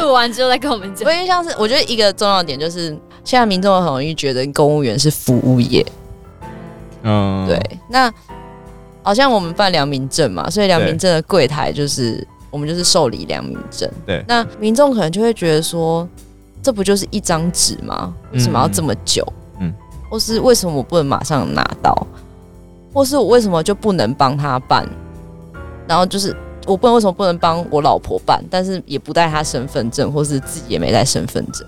录完之后再跟我们因讲。为像是我觉得一个重要点就是，现在民众很容易觉得公务员是服务业，嗯，对，，那好像我们办良民证嘛，所以良民对证的柜台就是我们就是受理良民证。对那民众可能就会觉得说，这不就是一张纸吗？为什么要这么久？嗯嗯，或是为什么我不能马上拿到？或是我为什么就不能帮他办？然后就是我不能为什么不能帮我老婆办，但是也不带她身份证，或是自己也没带身份证。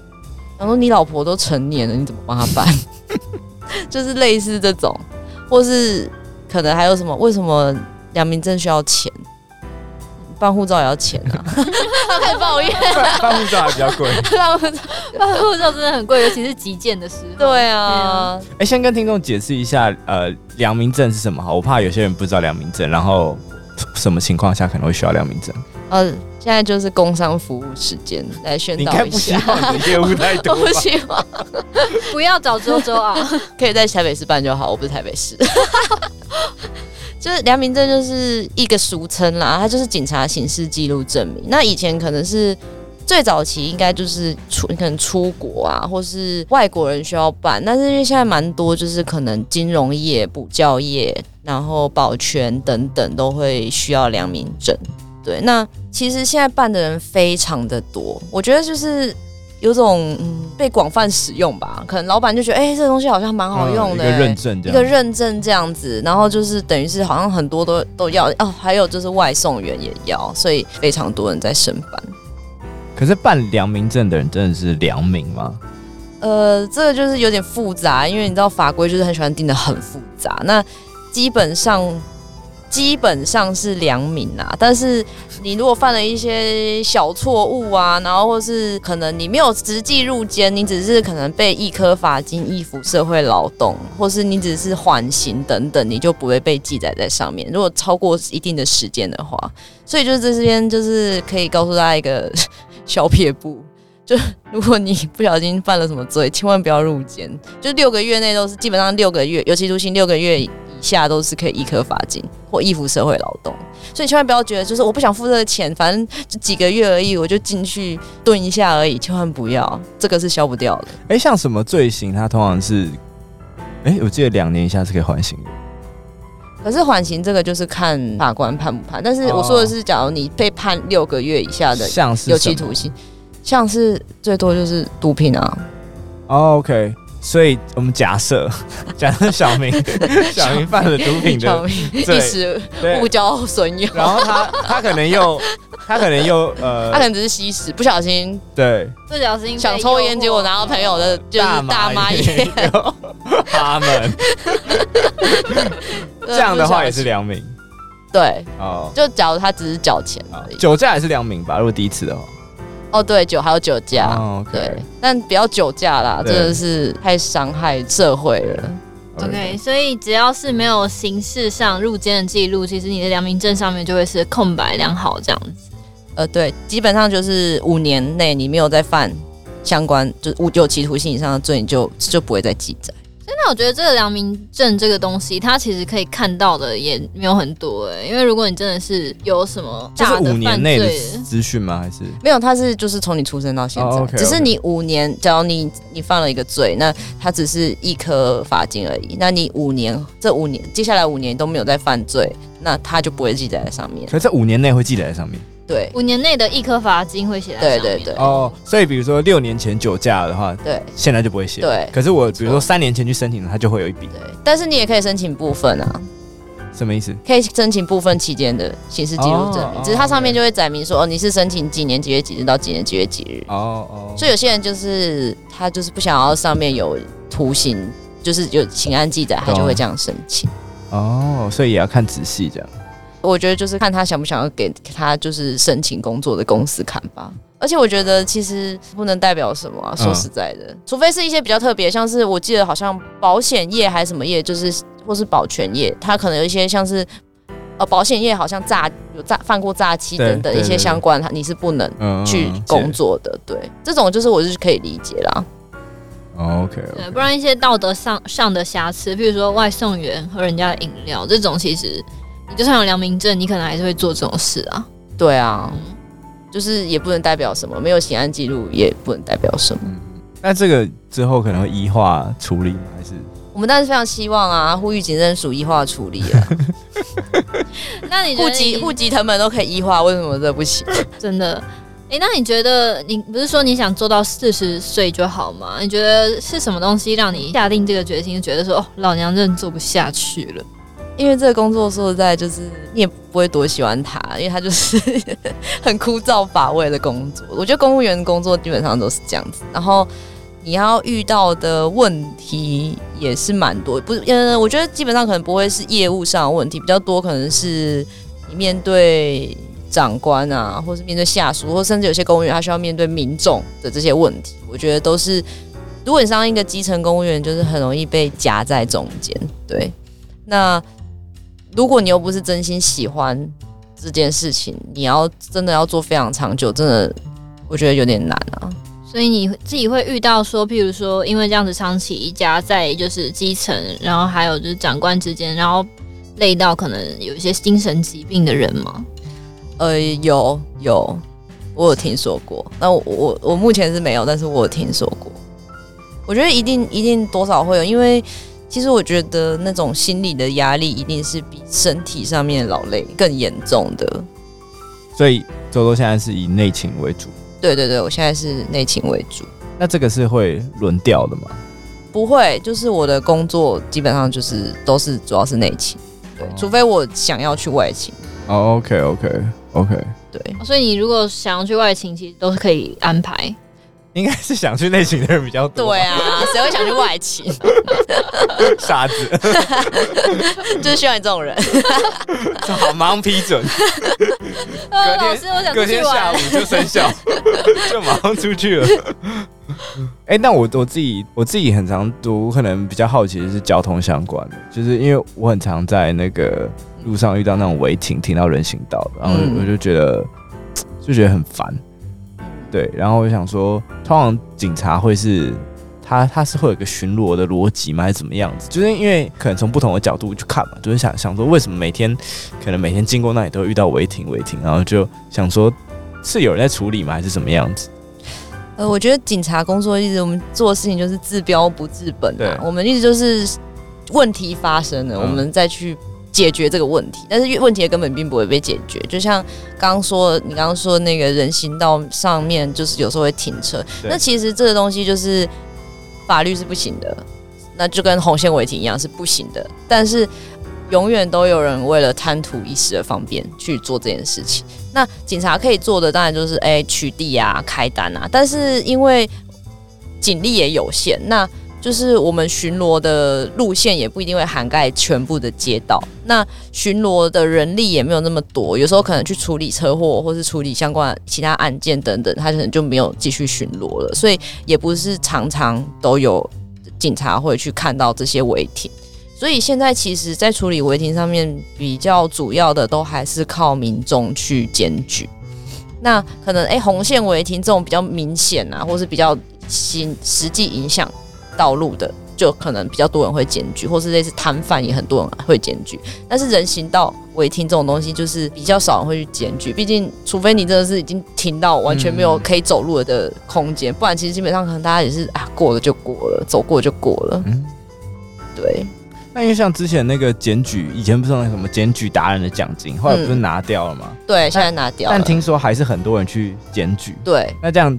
然后你老婆都成年了，你怎么帮她办？ 就是类似这种，或是可能还有什么？为什么良民证需要钱？办护照也要钱啊！太抱怨，办护照还比较贵。办护照办护照真的很贵，尤其是急件的时候。 对啊， 哎、先跟听众解释一下，呃，良民证是什么？好，我怕有些人不知道良民证，然后什么情况下可能会需要良民证？呃，现在就是工商服务时间来宣你应导该一不希下。哦望你的业务太 多我吧不？希望 不要找周周啊， 可以在台北市办就好，我不是台北市。就是良民证就是一个俗称啦，它就是警察刑事记录证明。那以前可能是最早期应该就是出可能出国啊，或是外国人需要办，但是因为现在蛮多就是可能金融业、补教业，然后保全等等都会需要良民证。对，那其实现在办的人非常的多，我觉得就是有种、嗯、被广泛使用吧，可能老板就觉得哎、这个东西好像蛮好用的、嗯一欸个认证这一样，个认证这样子，然后就是等于是好像很多都都要哦，还有就是外送员也要，所以非常多人在申办。可是办良民证的人真的是良民吗？呃，这个就是有点复杂，因为你知道法规就是很喜欢定的很复杂。那基本上基本上是良民啊，但是你如果犯了一些小错误啊，然后或是可能你没有实际入监，你只是可能被一科罚金、一服社会劳动，或是你只是缓刑等等，你就不会被记载在上面。如果超过一定的时间的话，所以就是这边就是可以告诉大家一个小撇步。就 如果你不小心犯了什么罪，千万不要入监。就六个月内都是基本上六个月，有期徒刑六个月以下都是可以一科罚金或依附社会劳动。所以千万不要觉得就是我不想付这个钱，反正就几个月而已，我就进去蹲一下而已，千万不要，这个是消不掉的。哎、像什么罪行，它通常是，哎、我记得两年以下是可以缓刑的。可是缓刑这个就是看法官判不判，但是我哦说的是，假如你被判六个月以下的像是有期什么徒刑，像是最多就是毒品啊，哦，OK，所以我们假设 假设小 明小明犯了毒品小的明 一罪，时对误，交损友， 然后他他可能又他可能又呃他可能只是吸食，不小心对不小心被想抽诱惑哦烟，结果拿到朋友的就是大麻也烟，有 他们 这样的话也是良民对，哦。就假如他只是缴钱而已。酒驾也是良民吧？如果第一次的话，哦，对，酒还有酒驾。哦对，但不要酒驾啦，真对的是太伤害社会了。 OK，所以只要是没有刑事上入监的记录，其实你的良民证上面就会是空白良好这样子。呃，对，基本上就是五年内你没有再犯相关，就是无有期徒刑以上的罪，你就就不会再记载。那我觉得这个良民证这个东西，它其实可以看到的也没有很多哎、因为如果你真的是有什么这大是的五年犯内的罪，资讯吗？还是没有，他是就是从你出生到现在，哦，OK，OK 只是你五年，假如你你犯了一个罪，那他只是一颗罚金而已。那你五年，这五年接下来五年都没有再犯罪，那他就不会记载在上面。可是这五年内会记载在上面对五年内的一颗罚金会写在对上面对对哦。所以比如说六年前酒驾的话，对现在就不会写。对可是我比如说三年前去申请，它就会有一笔，对，但是你也可以申请部分啊，什么意思？可以申请部分期间的刑事记录证明，哦只是它上面 OK 就会载明说，哦，你是申请几年几月几日到几年几月几日。哦哦，所以有些人就是他就是不想要上面有图形，就是有刑案记载，他就会这样申请。哦，所以也要看仔细这样。我觉得就是看他想不想要给他就是申请工作的公司看吧。而且我觉得其实不能代表什么啊、嗯说实在的，除非是一些比较特别，像是我记得好像保险业还是什么业，就是或是保全业，它可能有一些像是呃保险业好像诈有诈犯过诈欺对等等对一些对相关，你是不能嗯去工。作的。对，这种就是我是可以理解啦。 OK，对，不然一些道德上上的瑕疵，比如说外送员喝人家的饮料 这种，其实你就算有良民证，你可能还是会做这种事啊。对啊，就是也不能代表什么，没有刑案记录也不能代表什么。那这个之后可能会医化处理吗？还是我们当然是非常希望啊，呼吁警政署医化处理啊，那 你觉户得籍你户籍成本都可以医化，为什么这不行？真的？哎、那你觉得你不是说你想做到四十岁就好吗？你觉得是什么东西让你下定这个决心，觉得说哦，老娘真的做不下去了？因为这个工作说实在就是你也不会多喜欢它，因为它就是 很枯燥乏味的工作。我觉得公务员工作基本上都是这样子，然后你要遇到的问题也是蛮多，不，呃，我觉得基本上可能不会是业务上的问题，比较多可能是你面对长官啊，或是面对下属，或甚至有些公务员他需要面对民众的这些问题，我觉得都是。如果你当一个基层公务员，就是很容易被夹在中间。对，那如果你又不是真心喜欢这件事情，你要真的要做非常长久，真的我觉得有点难啊。所以你自己会遇到说，譬如说，因为这样子长期一家在就是基层，然后还有就是长官之间，然后累到可能有一些精神疾病的人吗？呃，有有，我有听说过。那我我我目前是没有，但是我有听说过。我觉得一定一定多少会有，因为其实我觉得那种心理的压力一定是比身体上面的劳累更严重的。所以周周现在是以内勤为主，对对对，我现在是内勤为主。那这个是会轮调的吗？不会，就是我的工作基本上就是都是主要是内勤，对，哦除非我想要去外勤，哦，OK OK OK，对，所以你如果想要去外勤，其实都是可以安排。应该是想去内勤的人比较多，对，啊，谁会想去外 勤？傻子，就是需要你这种人。好忙批准，呃， 老隔天师，我想出隔去天下玩午。 就生效，就马上出去了。哎、那我我自己我自己很常读，可能比较好奇的是交通相关的，就是因为我很常在那个路上遇到那种违停，停到人行道的，然后嗯我就觉得、就觉得很烦。对，然后我就想说，通常警察会是他他是会有一个巡逻的逻辑吗，还是怎么样子？就是因为可能从不同的角度去看嘛，就是想想说，为什么每天可能每天经过那里都会遇到违停违停，然后就想说是有人在处理吗，还是什么样子？呃，我觉得警察工作一直我们做的事情就是治标不治本啊对，我们一直就是问题发生了，嗯我们再去解决这个问题，但是问题的根本并不会被解决。就像刚刚说，你刚刚说那个人行道上面就是有时候会停车，对那其实这个东西就是法律是不行的，那就跟红线违停一样是不行的，但是永远都有人为了贪图一时的方便去做这件事情。那警察可以做的当然就是哎、取缔啊、开单啊，但是因为警力也有限，那就是我们巡逻的路线也不一定会涵盖全部的街道，那巡逻的人力也没有那么多，有时候可能去处理车祸或是处理相关的其他案件等等，他可能就没有继续巡逻了，所以也不是常常都有警察会去看到这些违停。所以现在其实，在处理违停上面，比较主要的都还是靠民众去检举。那可能诶、红线违停这种比较明显啊，或是比较行实际影响道路的，就可能比较多人会检举，或是类似摊贩也很多人会检举。但是人行道违停这种东西，就是比较少人会去检举，毕竟除非你真的是已经停到完全没有嗯可以走路的空间，不然其实基本上可能大家也是啊过了就过了，走过就过了，嗯，对。那因为像之前那个检举，以前不是有那个什么检举达人的奖金，后来不是嗯拿掉了吗？对，现在拿掉了。但听说还是很多人去检举，对，那这样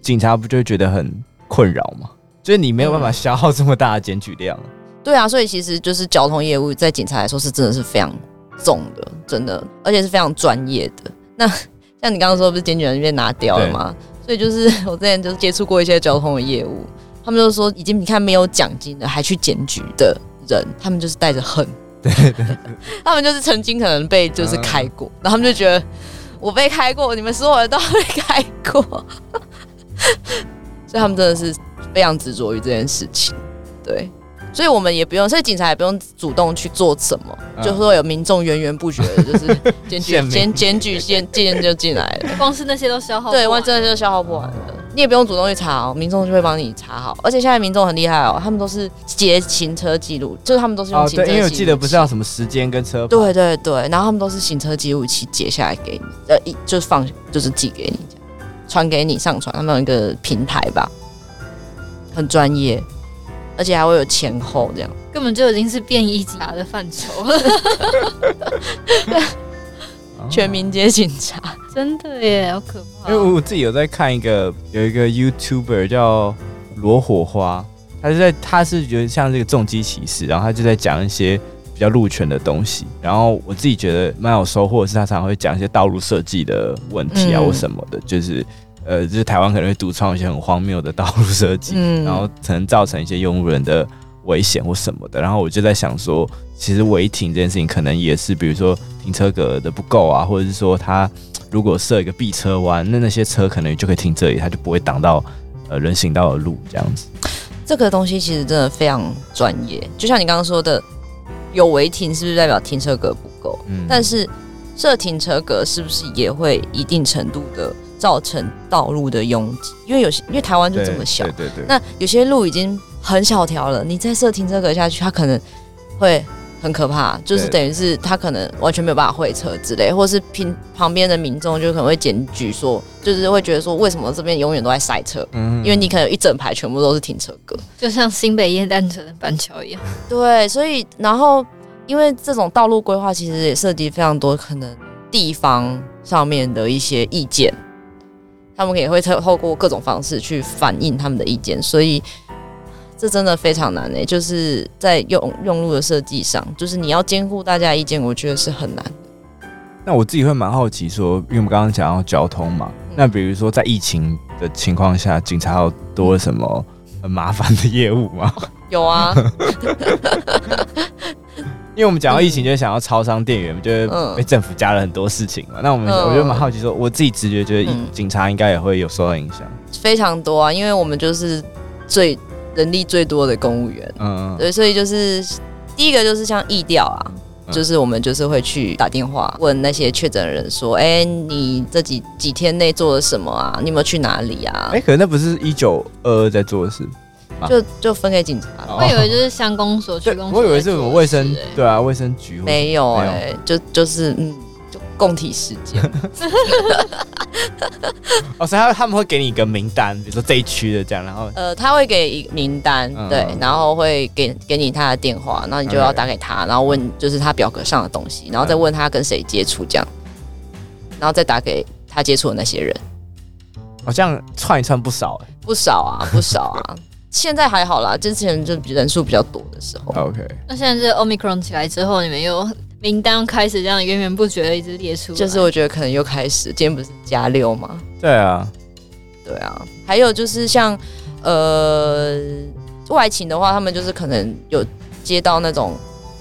警察不就会觉得很困扰吗？就是你没有办嗯法消耗这么大的检举量啊。对啊，所以其实就是交通业务在警察来说是真的是非常重的，真的，而且是非常专业的。那 像你刚刚说，不是检举人被拿掉了吗？所以就是我之前就是接触过一些交通的业务，他们就说已经你看没有奖金的还去检举的人，他们就是带着恨，对 嗯他们就是曾经可能被就是开过，然后他们就觉得我被开过，你们所有人都被开过， 所以他们真的是非常执着于这件事情，对。所以我们也不用，所以警察也不用主动去做什么，嗯就是说有民众源源不绝的， 就是检举、县民检检举、检检就进来了，光是那些都消耗不完对，万真的就消耗不完了。你也不用主动去查哦，民众就会帮你查好。而且现在民众很厉害哦，他们都是截行车记录，就是他们都是嗯用哦，行车对，记录、因为我记得不是要。什么时间跟车牌，对对对，然后他们都是行车记录器截下来给你，呃，一就是放就是寄给你这样，传给你上传，他们有一个平台吧，很专业，而且还会有前后这样。根本就已经是便衣警察的范畴了， 哦全。民皆警察。真的耶，好可怕哦因为。我自己有在看一个有一个 YouTuber 叫罗火花，他是在他是觉得像这个重击骑士，然后他就在讲一些比较路权的东西。然后我自己觉得蛮有收获，是他常常会讲一些道路设计的问题啊嗯或什么的，就是呃，就是台湾可能会独创一些很荒谬的道路设计，嗯然后可能造成一些用路人的危险或什么的。然后我就在想说，其实违停这件事情可能也是，比如说停车格的不够啊，或者是说它如果设一个避车弯，那那些车可能就可以停这里，它就不会挡到呃人行道的路这样子。 这个东西其实真的非常专业，就像你刚刚说的，有违停是不是代表停车格不够？嗯但是设停车格是不是也会一定程度的造成道路的拥挤？因为有些因为台湾就这么小对，对对对那有些路已经很小条了，你再设停车格下去，它可能会。很可怕，就是对等于是它可能完全没有办法会车之类，或是平旁边的民众就可能会检举说，就是会觉得说为什么这边永远都在塞车，嗯因为你可能有一整排全部都是停车格。就像新北夜单车的板桥一样，对，所以然后因为这种道路规划其实也涉及非常多可能地方上面的一些意见，他们也会透透过各种方式去反映他们的意见，所以这真的非常难诶、就是在用用路的设计上，就是你要兼顾大家的意见，我觉得是很难。那我自己会蛮好奇说，因为我们刚刚讲到交通嘛，嗯那比如说在疫情的情况下，警察有多了什么很麻烦的业务吗？有啊，因为我们讲到疫情，就会想要超商店员，就会嗯被政府加了很多事情嘛。那我们嗯我就蛮好奇说，我自己直觉觉得嗯警察应该也会有受到影响。非常多啊，因为我们就是最人力最多的公务员。嗯，对，所以就是第一个就是像意调啊。嗯就是我们就是会去打电话问那些确诊人说，哎、你这几几天内做了什么啊？你有没有去哪里啊？哎，可是那不是一九二二在做的事，就就分给警察了。哦我以为就是乡公所、区对，公所，我以为是什么卫生，对啊，卫生局或欸没有没有哎、就就是嗯，就共体时 间。哦，所以他他们会给你一个名单，比如说这一区的这样，然后呃，他会给一个名单，嗯对，然后会给给你他的电话，然后你就要打给他，然后问就是他表格上的东西，然嗯后再问他跟谁接触这样，然后再打给他接触的那些人。好像串一串不少。欸不少啊，不少 啊。现在还好啦，之前就人数比较多的时候， OK，那现在这 Omicron 起来之后，你们又名单开始这样源源不绝的一直列出来，就是我觉得可能又开始，今天不是加六吗？对啊，对啊，还有就是像呃外勤的话，他们就是可能有接到那种，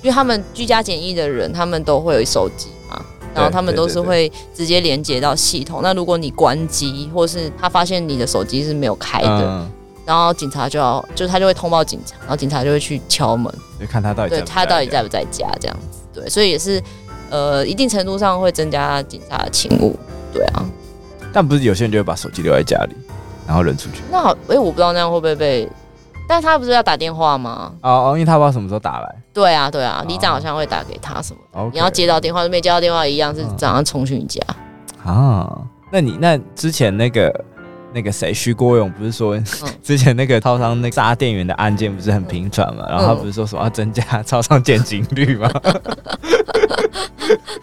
因为他们居家检疫的人，他们都会有手机嘛，然后他们对都对是对会直接连接到系统。那如果你关机，或是他发现你的手机是没有开的，嗯，然后警察就要，就是他就会通报警察，然后警察就会去敲门。就看他到底对不他到底啊在不在家这样子，对，所以也是呃，一定程度上会增加警察的勤务，对啊。但不是有些人就会把手机留在家里，然后扔出去。那好，哎、我不知道那样会不会被，但他不是要打电话吗？哦哦，因为他不知道什么时候打来。对啊，对啊，里长哦好像会打给他什么的， o 你要接到电话，没接到电话一样是嗯早上冲去你家。啊，那你那之前那个那个谁徐国勇不是说、 之前那个超商那个杀店员的案件不是很频传嘛？然后他不是说什么要增加超商见警率吗？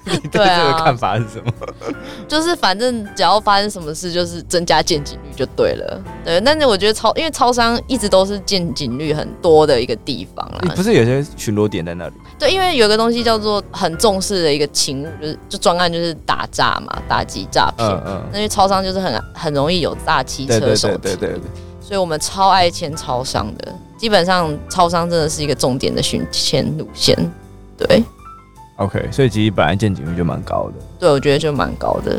你对对啊这个看法是什么？ 就是反正只要发生什么事，就是增加见警率就对了。对，但是我觉得超，因为超商一直都是见警率很多的一个地方啊啦。不是有些巡逻点在那里？对，因为有一个东西叫做很重视的一个情务，就是就专案就是打诈嘛，打击诈骗。嗯嗯，那因为超商就是很很容易有诈欺对车对手对机对，对对。所以我们超爱签超商的。基本上超商真的是一个重点的巡签路线，对 OK，所以其实本来见警率就蛮高的，对，我觉得就蛮高的。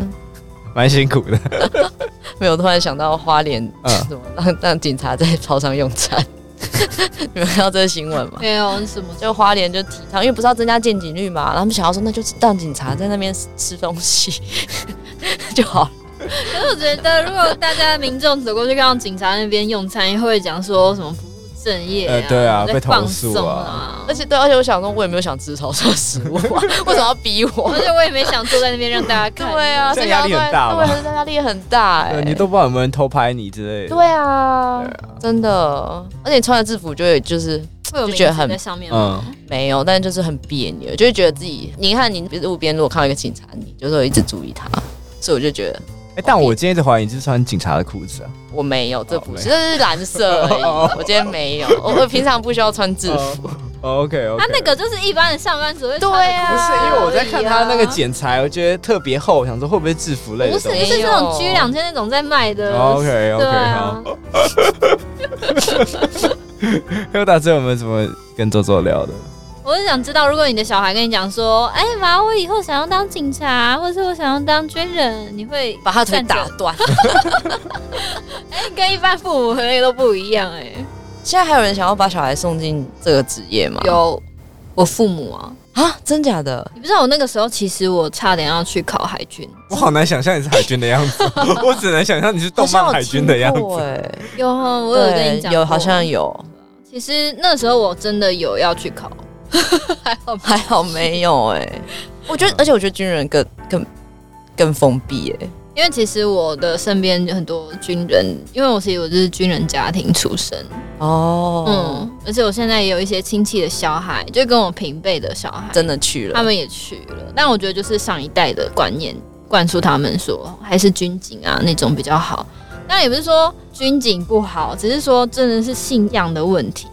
蛮辛苦的。没有，突然想到花莲、嗯 什么让让警察在超商用餐， 你们看到这个新闻吗？没有哦什么就花莲就提倡，因为不是要增加见 警率嘛，然后他们想要说那就是让警察在那边吃东西就好了。可是我觉得，如果大家民众走过去看到警察那边用餐，会讲说什么不务正业啊、呃对啊在被投放诉啊松啊而且对，而且我想说，我也没有想吃超商食物啊， 为什么要逼 我而？且我也没想坐在那边让大家看。对啊，这压力很大吧对，这压力很大哎、对啊 你都不知道有没有人偷拍你之类的。对啊对，真的，而且你穿的制服就会就是会有就觉得名字很在上面吗？嗯，没有，但就是很别扭，就会觉得自己，你看你路边如果看到一个警察，你就是会一直注意他，所以我就觉得哎、但我今天一直怀疑你是穿警察的裤子啊。我没有，这不哦是，这是蓝色而哦已，我今天没有，我我平常不需要穿制服，哦 OK OK。他那个就是一般的上班族会穿的对啊不是，因为我在看他那而已个啊剪裁，我觉得特别厚，我想说会不会制服类不的是，东就西。是那种 G 两千那种在卖的。 OK 对 OK 啊哦好。，又打字我们怎么跟周周聊的？我是想知道，如果你的小孩跟你讲说：“哎妈，我以后想要当警察，或是我想要当军人”，你会把他腿打站着？断。哎、跟一般父母可能都不一样哎、现在还有人想要把小孩送进这个职业吗？有我父母啊，啊，真假的？你不知道我那个时候其实我差点要去考海军，我好难想象你是海军的样 子，我只能想象你是动漫海军的样子。哎，有哦我有跟你对，讲，有好像。有，其实那时候我真的有要去考，还好吧。还好没有哎、我觉得，而且我觉得军人更更更封闭哎、因为其实我的身边很多军人，因为我其实我就是军人家庭出身，哦，嗯，嗯，而且我现在也有一些亲戚的小孩，就跟我平辈的小孩，真的去他了，们也去了。但我觉得就是上一代的观念灌输他们说，还是军警啊那种比较好。但也不是说军警不好，只是说真的是信仰的问题，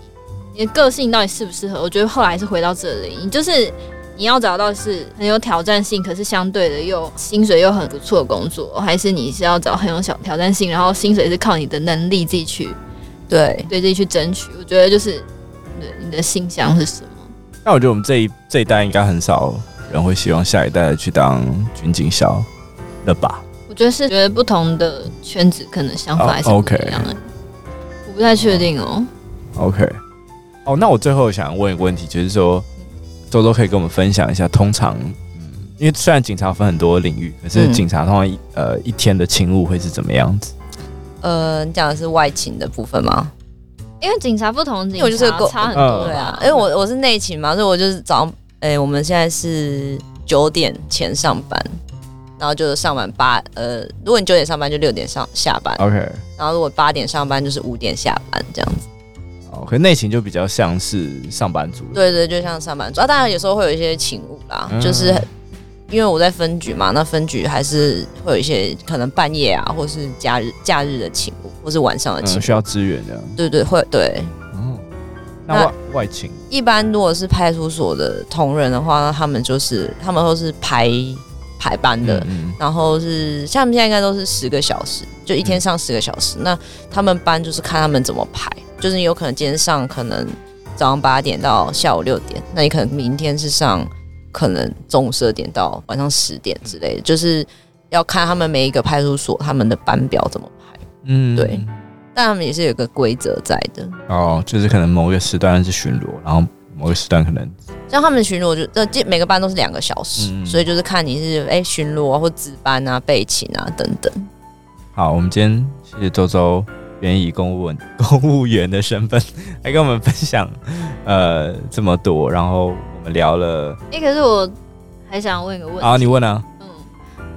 你的个性到底适不适合？我觉得后来还是回到这里，你就是你要找到是很有挑战性，可是相对的又薪水又很不错的工作，还是你是要找很有小挑战性，然后薪水是靠你的能力自己去对，对自己去争取。我觉得就是对你的性向是什么。但我觉得我们这一这一代应该很少人会希望下一代去当军警校了吧？我觉得是觉得不同的圈子可能啊想法还是不一样、欸。我不太确定哦、 OK，哦，那我最后想问一个问题，就是说，周周可以跟我们分享一下，通常，嗯，因为虽然警察分很多领域，可是嗯警察通常一、呃一天的勤务会是怎么样子？呃，你讲的是外勤的部分吗？因为警察不同，警因为我就是察个差很多、嗯对啊，因为我我是内勤嘛，所以我就是早上，哎、我们现在是九点前上班，然后就是上晚八，呃，如果你九点上班就六点上下班， OK，然后如果八点上班就是五点下班这样子。哦，可是内勤就比较像是上班族，，对对，就像上班族啊，当然有时候会有一些勤务啦，嗯就是因为我在分局嘛，那分局还是会有一些可能半夜啊，或是假日假日的勤务，或是晚上的勤嗯，务。需要支援这样。对对会对，哦，那那外外勤一般如果是派出所的同仁的话，那他们就是他们都是排排班的，嗯然后是像他们现在应该都是十个小时，就一天嗯上十个小时。那他们班就是看他们怎么排，就是你有可能今天上可能早上八点到下午六点，那你可能明天是上可能中午十二点到晚上十点之类的，就是要看他们每一个派出所他们的班表怎么排，嗯对但他们也是有一个规则在的。哦，就是可能某一个时段是巡逻，然后某一个时段可能像他们的巡逻就呃，这每个班都是两个小时，嗯所以就是看你是哎、巡逻啊或值班啊、备勤啊等等。好，我们今天谢谢周周愿意以公务员 公务员的身份来跟我们分享，呃，这么多，然后我们聊了，哎、可是我还想问一个问题，啊，你问啊，嗯，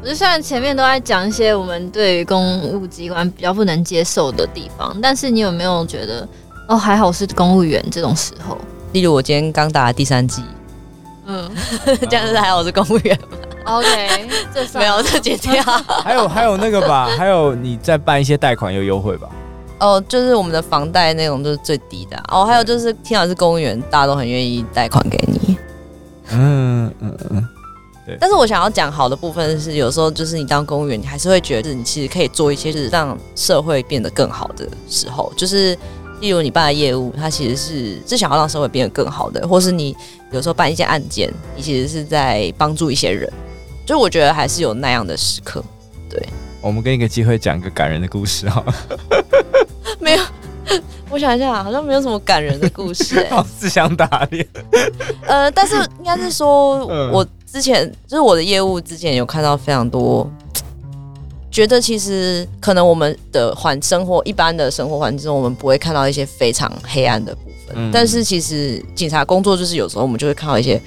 我就虽然前面都在讲一些我们对于公务机关比较不能接受的地方，但是你有没有觉得哦，还好是公务员这种时候？例如我今天刚打的第三季， 嗯 哦这样子啊还好我是公务员， ，OK，这算没有这啊剪掉。还有还有那个吧，还有你在办一些贷款有优惠吧， 哦，就是我们的房贷那种就是最低的啊、哦，还有就是听到你是公务员，大家都很愿意贷款给你。嗯嗯嗯，但是我想要讲好的部分是，有时候就是你当公务员，你还是会觉得你其实可以做一些就是让社会变得更好的时候，就是例如你办的业务，它其实是是想要让社会变得更好的，或是你有时候办一些案件，你其实是在帮助一些人，就我觉得还是有那样的时刻。我们给你个机会讲一个感人的故事啊哈，没有，我想一下，好像没有什么感人的故事、欸。 好自相 打脸，呃，但是应该是说，嗯我之前就是我的业务之前有看到非常多觉得其实可能我们的环生活一般的生活环境中，我们不会看到一些非常黑暗的部分，嗯但是其实警察工作就是有时候我们就会看到一些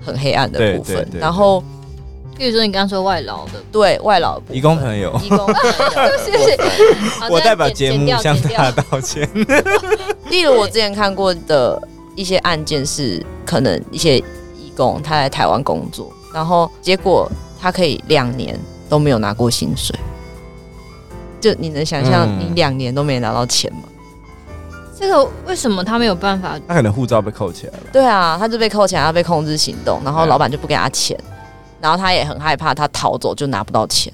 很黑暗的部分，对对对然后 比如说你刚刚说外劳的，对外劳的部分义工朋友，义工朋友谢谢。好我这样代表剪剪节目掉向剪大家掉道歉。 例如我之前看过的一些案件是，可能一些义工他来台湾工作，然后结果他可以两年都没有拿过薪水，就你能想象嗯你两年都没拿到钱吗？这个为什么他没有办法？他可能护照被扣起来了，对啊，他就被扣钱，他被控制行动，然后对啊老板就不给他钱，然后他也很害怕，他逃走就拿不到钱，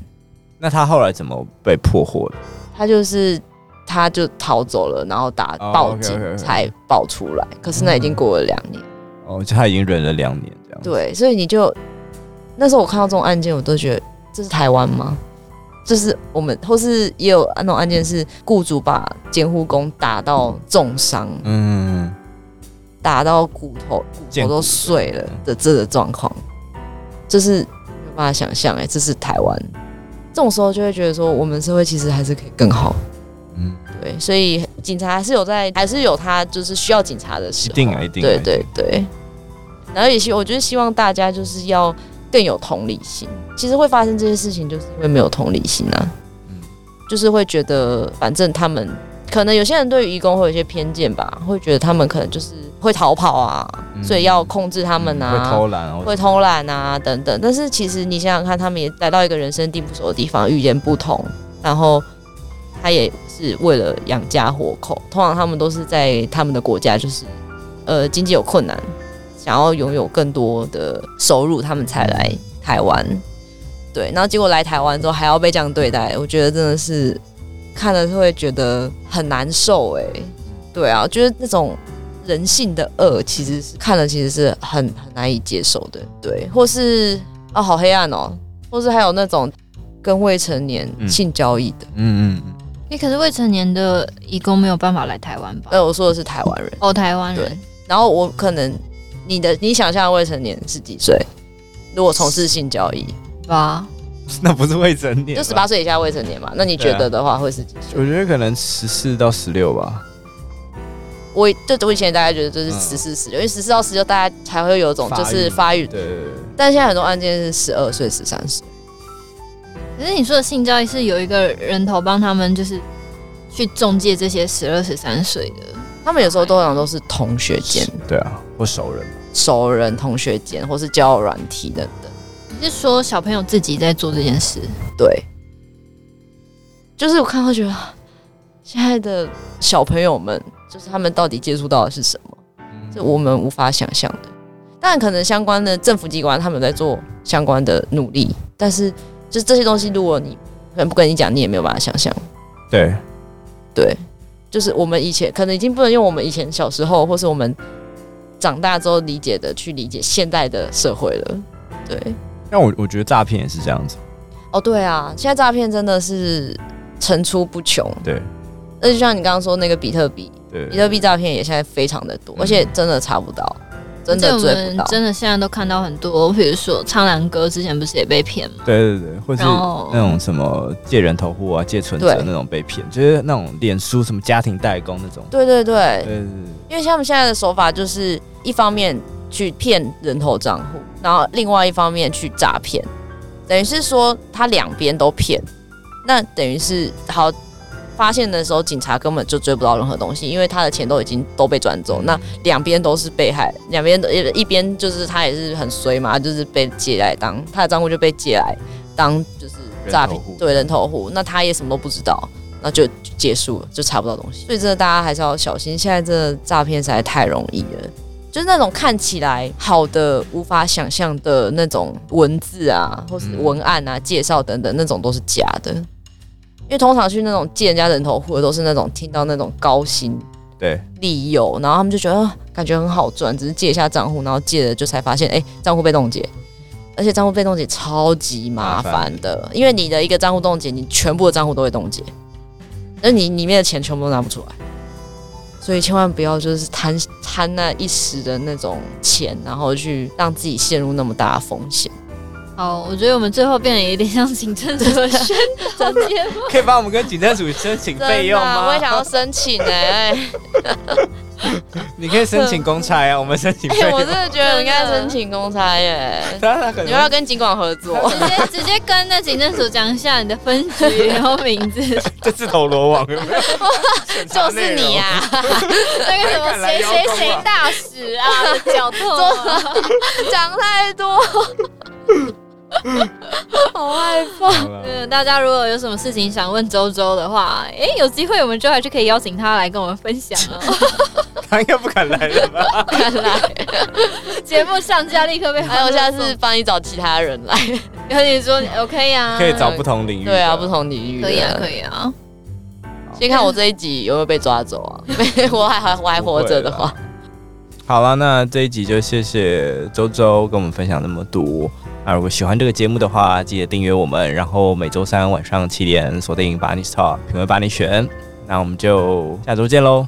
那他后来怎么被破获的？他就是。他就逃走了，然后打哦报 OK，OK，OK 嗯警才爆出来。可是那已经过了两年。哦，就他已经忍了两年这样。，对，所以你就那时候我看到这种案件，我都觉得这是台湾吗？就是我们，或是也有啊那种案件是雇主把监护工打到重伤，嗯，打到骨头骨见头骨嗯都碎了的这个状况，就是没有办法想象哎、这是台湾。这种时候就会觉得说，我们社会其实还是可以更好，嗯，对，所以警察还是有在，还是有他就是需要警察的时一候，定啊，一定啊。对一定对对，然后也希我觉得希望大家就是要更有同理心。其实会发生这些事情，就是因为没有同理心啊，嗯就是会觉得反正他们可能有些人对于义工会有一些偏见吧，会觉得他们可能就是会逃跑啊，嗯所以要控制他们啊，会偷懒啊，会偷懒啊等等。但是其实你想想看，他们也来到一个人生地不熟的地方，语言不同，然后他也是为了养家活口。通常他们都是在他们的国家，就是呃经济有困难，想要拥有更多的收入，他们才来台湾。对，然后结果来台湾之后还要被这样对待，我觉得真的是看了会觉得很难受哎、对啊，就是那种人性的恶，其实是看了其实是很很难以接受的。对，或是啊、好黑暗哦，或是还有那种跟未成年嗯性交易的。嗯嗯 嗯，诶，欸可是未成年的义工没有办法来台湾吧？呃，我说的是台湾人。哦，台湾对人，然后我可能你的你想象的未成年是几岁？如果从事性交易，吧？那不是未成年，就十八。岁以下未成年嘛？那你觉啊对得啊的话会是几岁？我觉得可能十四到十六吧，我就我以前大概觉得就是嗯十四十六，因为十四到十六大家才会有一种就是发育对，对对对但现在很多案件是十二岁、十三岁。可是你说的性交易是有一个人头帮他们，就是去中介这些十二十三岁的。他们有时候通常都是同学间、对啊，或熟人，熟人、同学间，或是交友软体等等。你是说小朋友自己在做这件事？对，就是我看到觉得现在的小朋友们，就是他们到底接触到的是什么，嗯是我们无法想象的。但可能相关的政府机关他们有在做相关的努力，但是就是这些东西，如果你可能不跟你讲，你也没有办法想象。对，对，就是我们以前可能已经不能用我们以前小时候，或是我们长大之后理解的去理解现代的社会了。对，但我我觉得诈骗也是这样子，哦，对啊，现在诈骗真的是层出不穷。对那就像你刚刚说那个比特币，对比特币诈骗也现在非常的多，嗯而且真的查不到，真的而且追我不们到。真的现在都看到很多，比如说苍兰哥之前不是也被骗吗？对对对，或是然后那种什么借人头户啊、借存者哦对那种被骗，就是那种脸书什么家庭代工那种，对对对，对对对因为他们现在的手法就是一方面去骗人头账户，然后另外一方面去诈骗，等于是说他两边都骗。那等于是好发现的时候，警察根本就追不到任何东西，因为他的钱都已经都被转走。哦那两边都是被害，两边都呃一边就是他也是很衰嘛，就是被借来当他的账户就被借来当就是诈骗人头户对人头户，那他也什么都不知道。那就就结束了，就查不到东西。所以真的大家还是要小心，现在真的诈骗实在太容易了。就是那种看起来好的无法想象的那种文字啊，或是文案啊、介绍等等，那种都是假的。因为通常去那种借人家人头户的，都是那种听到那种高薪对，利诱，然后他们就觉得、啊感觉很好赚，只是借一下账户，然后借了就才发现，哎、账户被冻结，而且账户被冻结超级麻烦的，因为你的一个账户冻结，你全部的账户都会冻结，那你里面的钱全部都拿不出来，所以千万不要就是贪 贪那一时的那种钱，然后去让自己陷入那么大的风险。好，我觉得我们最后变得有点像警政署的宣导节目。可以帮我们跟警政署申请费用真的啊吗？我也想要申请 哎、你可以申请公差啊，我们申请 哎、费用我。真 的啊觉得应该申请公差耶、当然可你们 要能跟警管合 作，直接直接跟那警政署讲一下你的分 局，然后名字，这自投罗网，有没有 就是你啊呀、 那个什么谁谁谁大使 啊，角度啊，讲太 多，好害怕。好啦嗯，大家如果有什么事情想问周周的话，哎、有机会我们就还是可以邀请他来跟我们分享 哦。他应该不敢来了吧？看来，节目上架立 刻被还有哎下次帮你找其他人来。跟你说 OK 啊，可以找不同领域嗯的，对啊，不同领域的。可以啊，可以啊。先看我这一集有没有被抓走啊？ 没，我还还我还活着的话，好了，那这一集就谢谢周周跟我们分享那么多。那如果喜欢这个节目的话，记得订阅我们，然后每周三晚上七点锁定《把你 Talk》，品味把你选。那我们就下周见喽，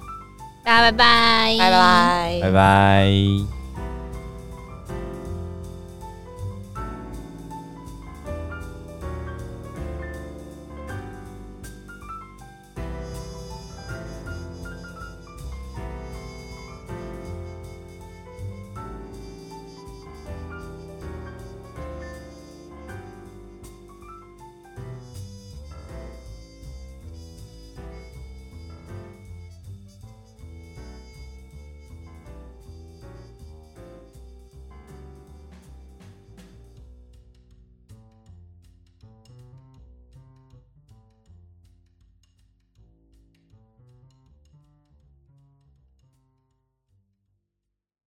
大家拜拜，拜拜，拜拜。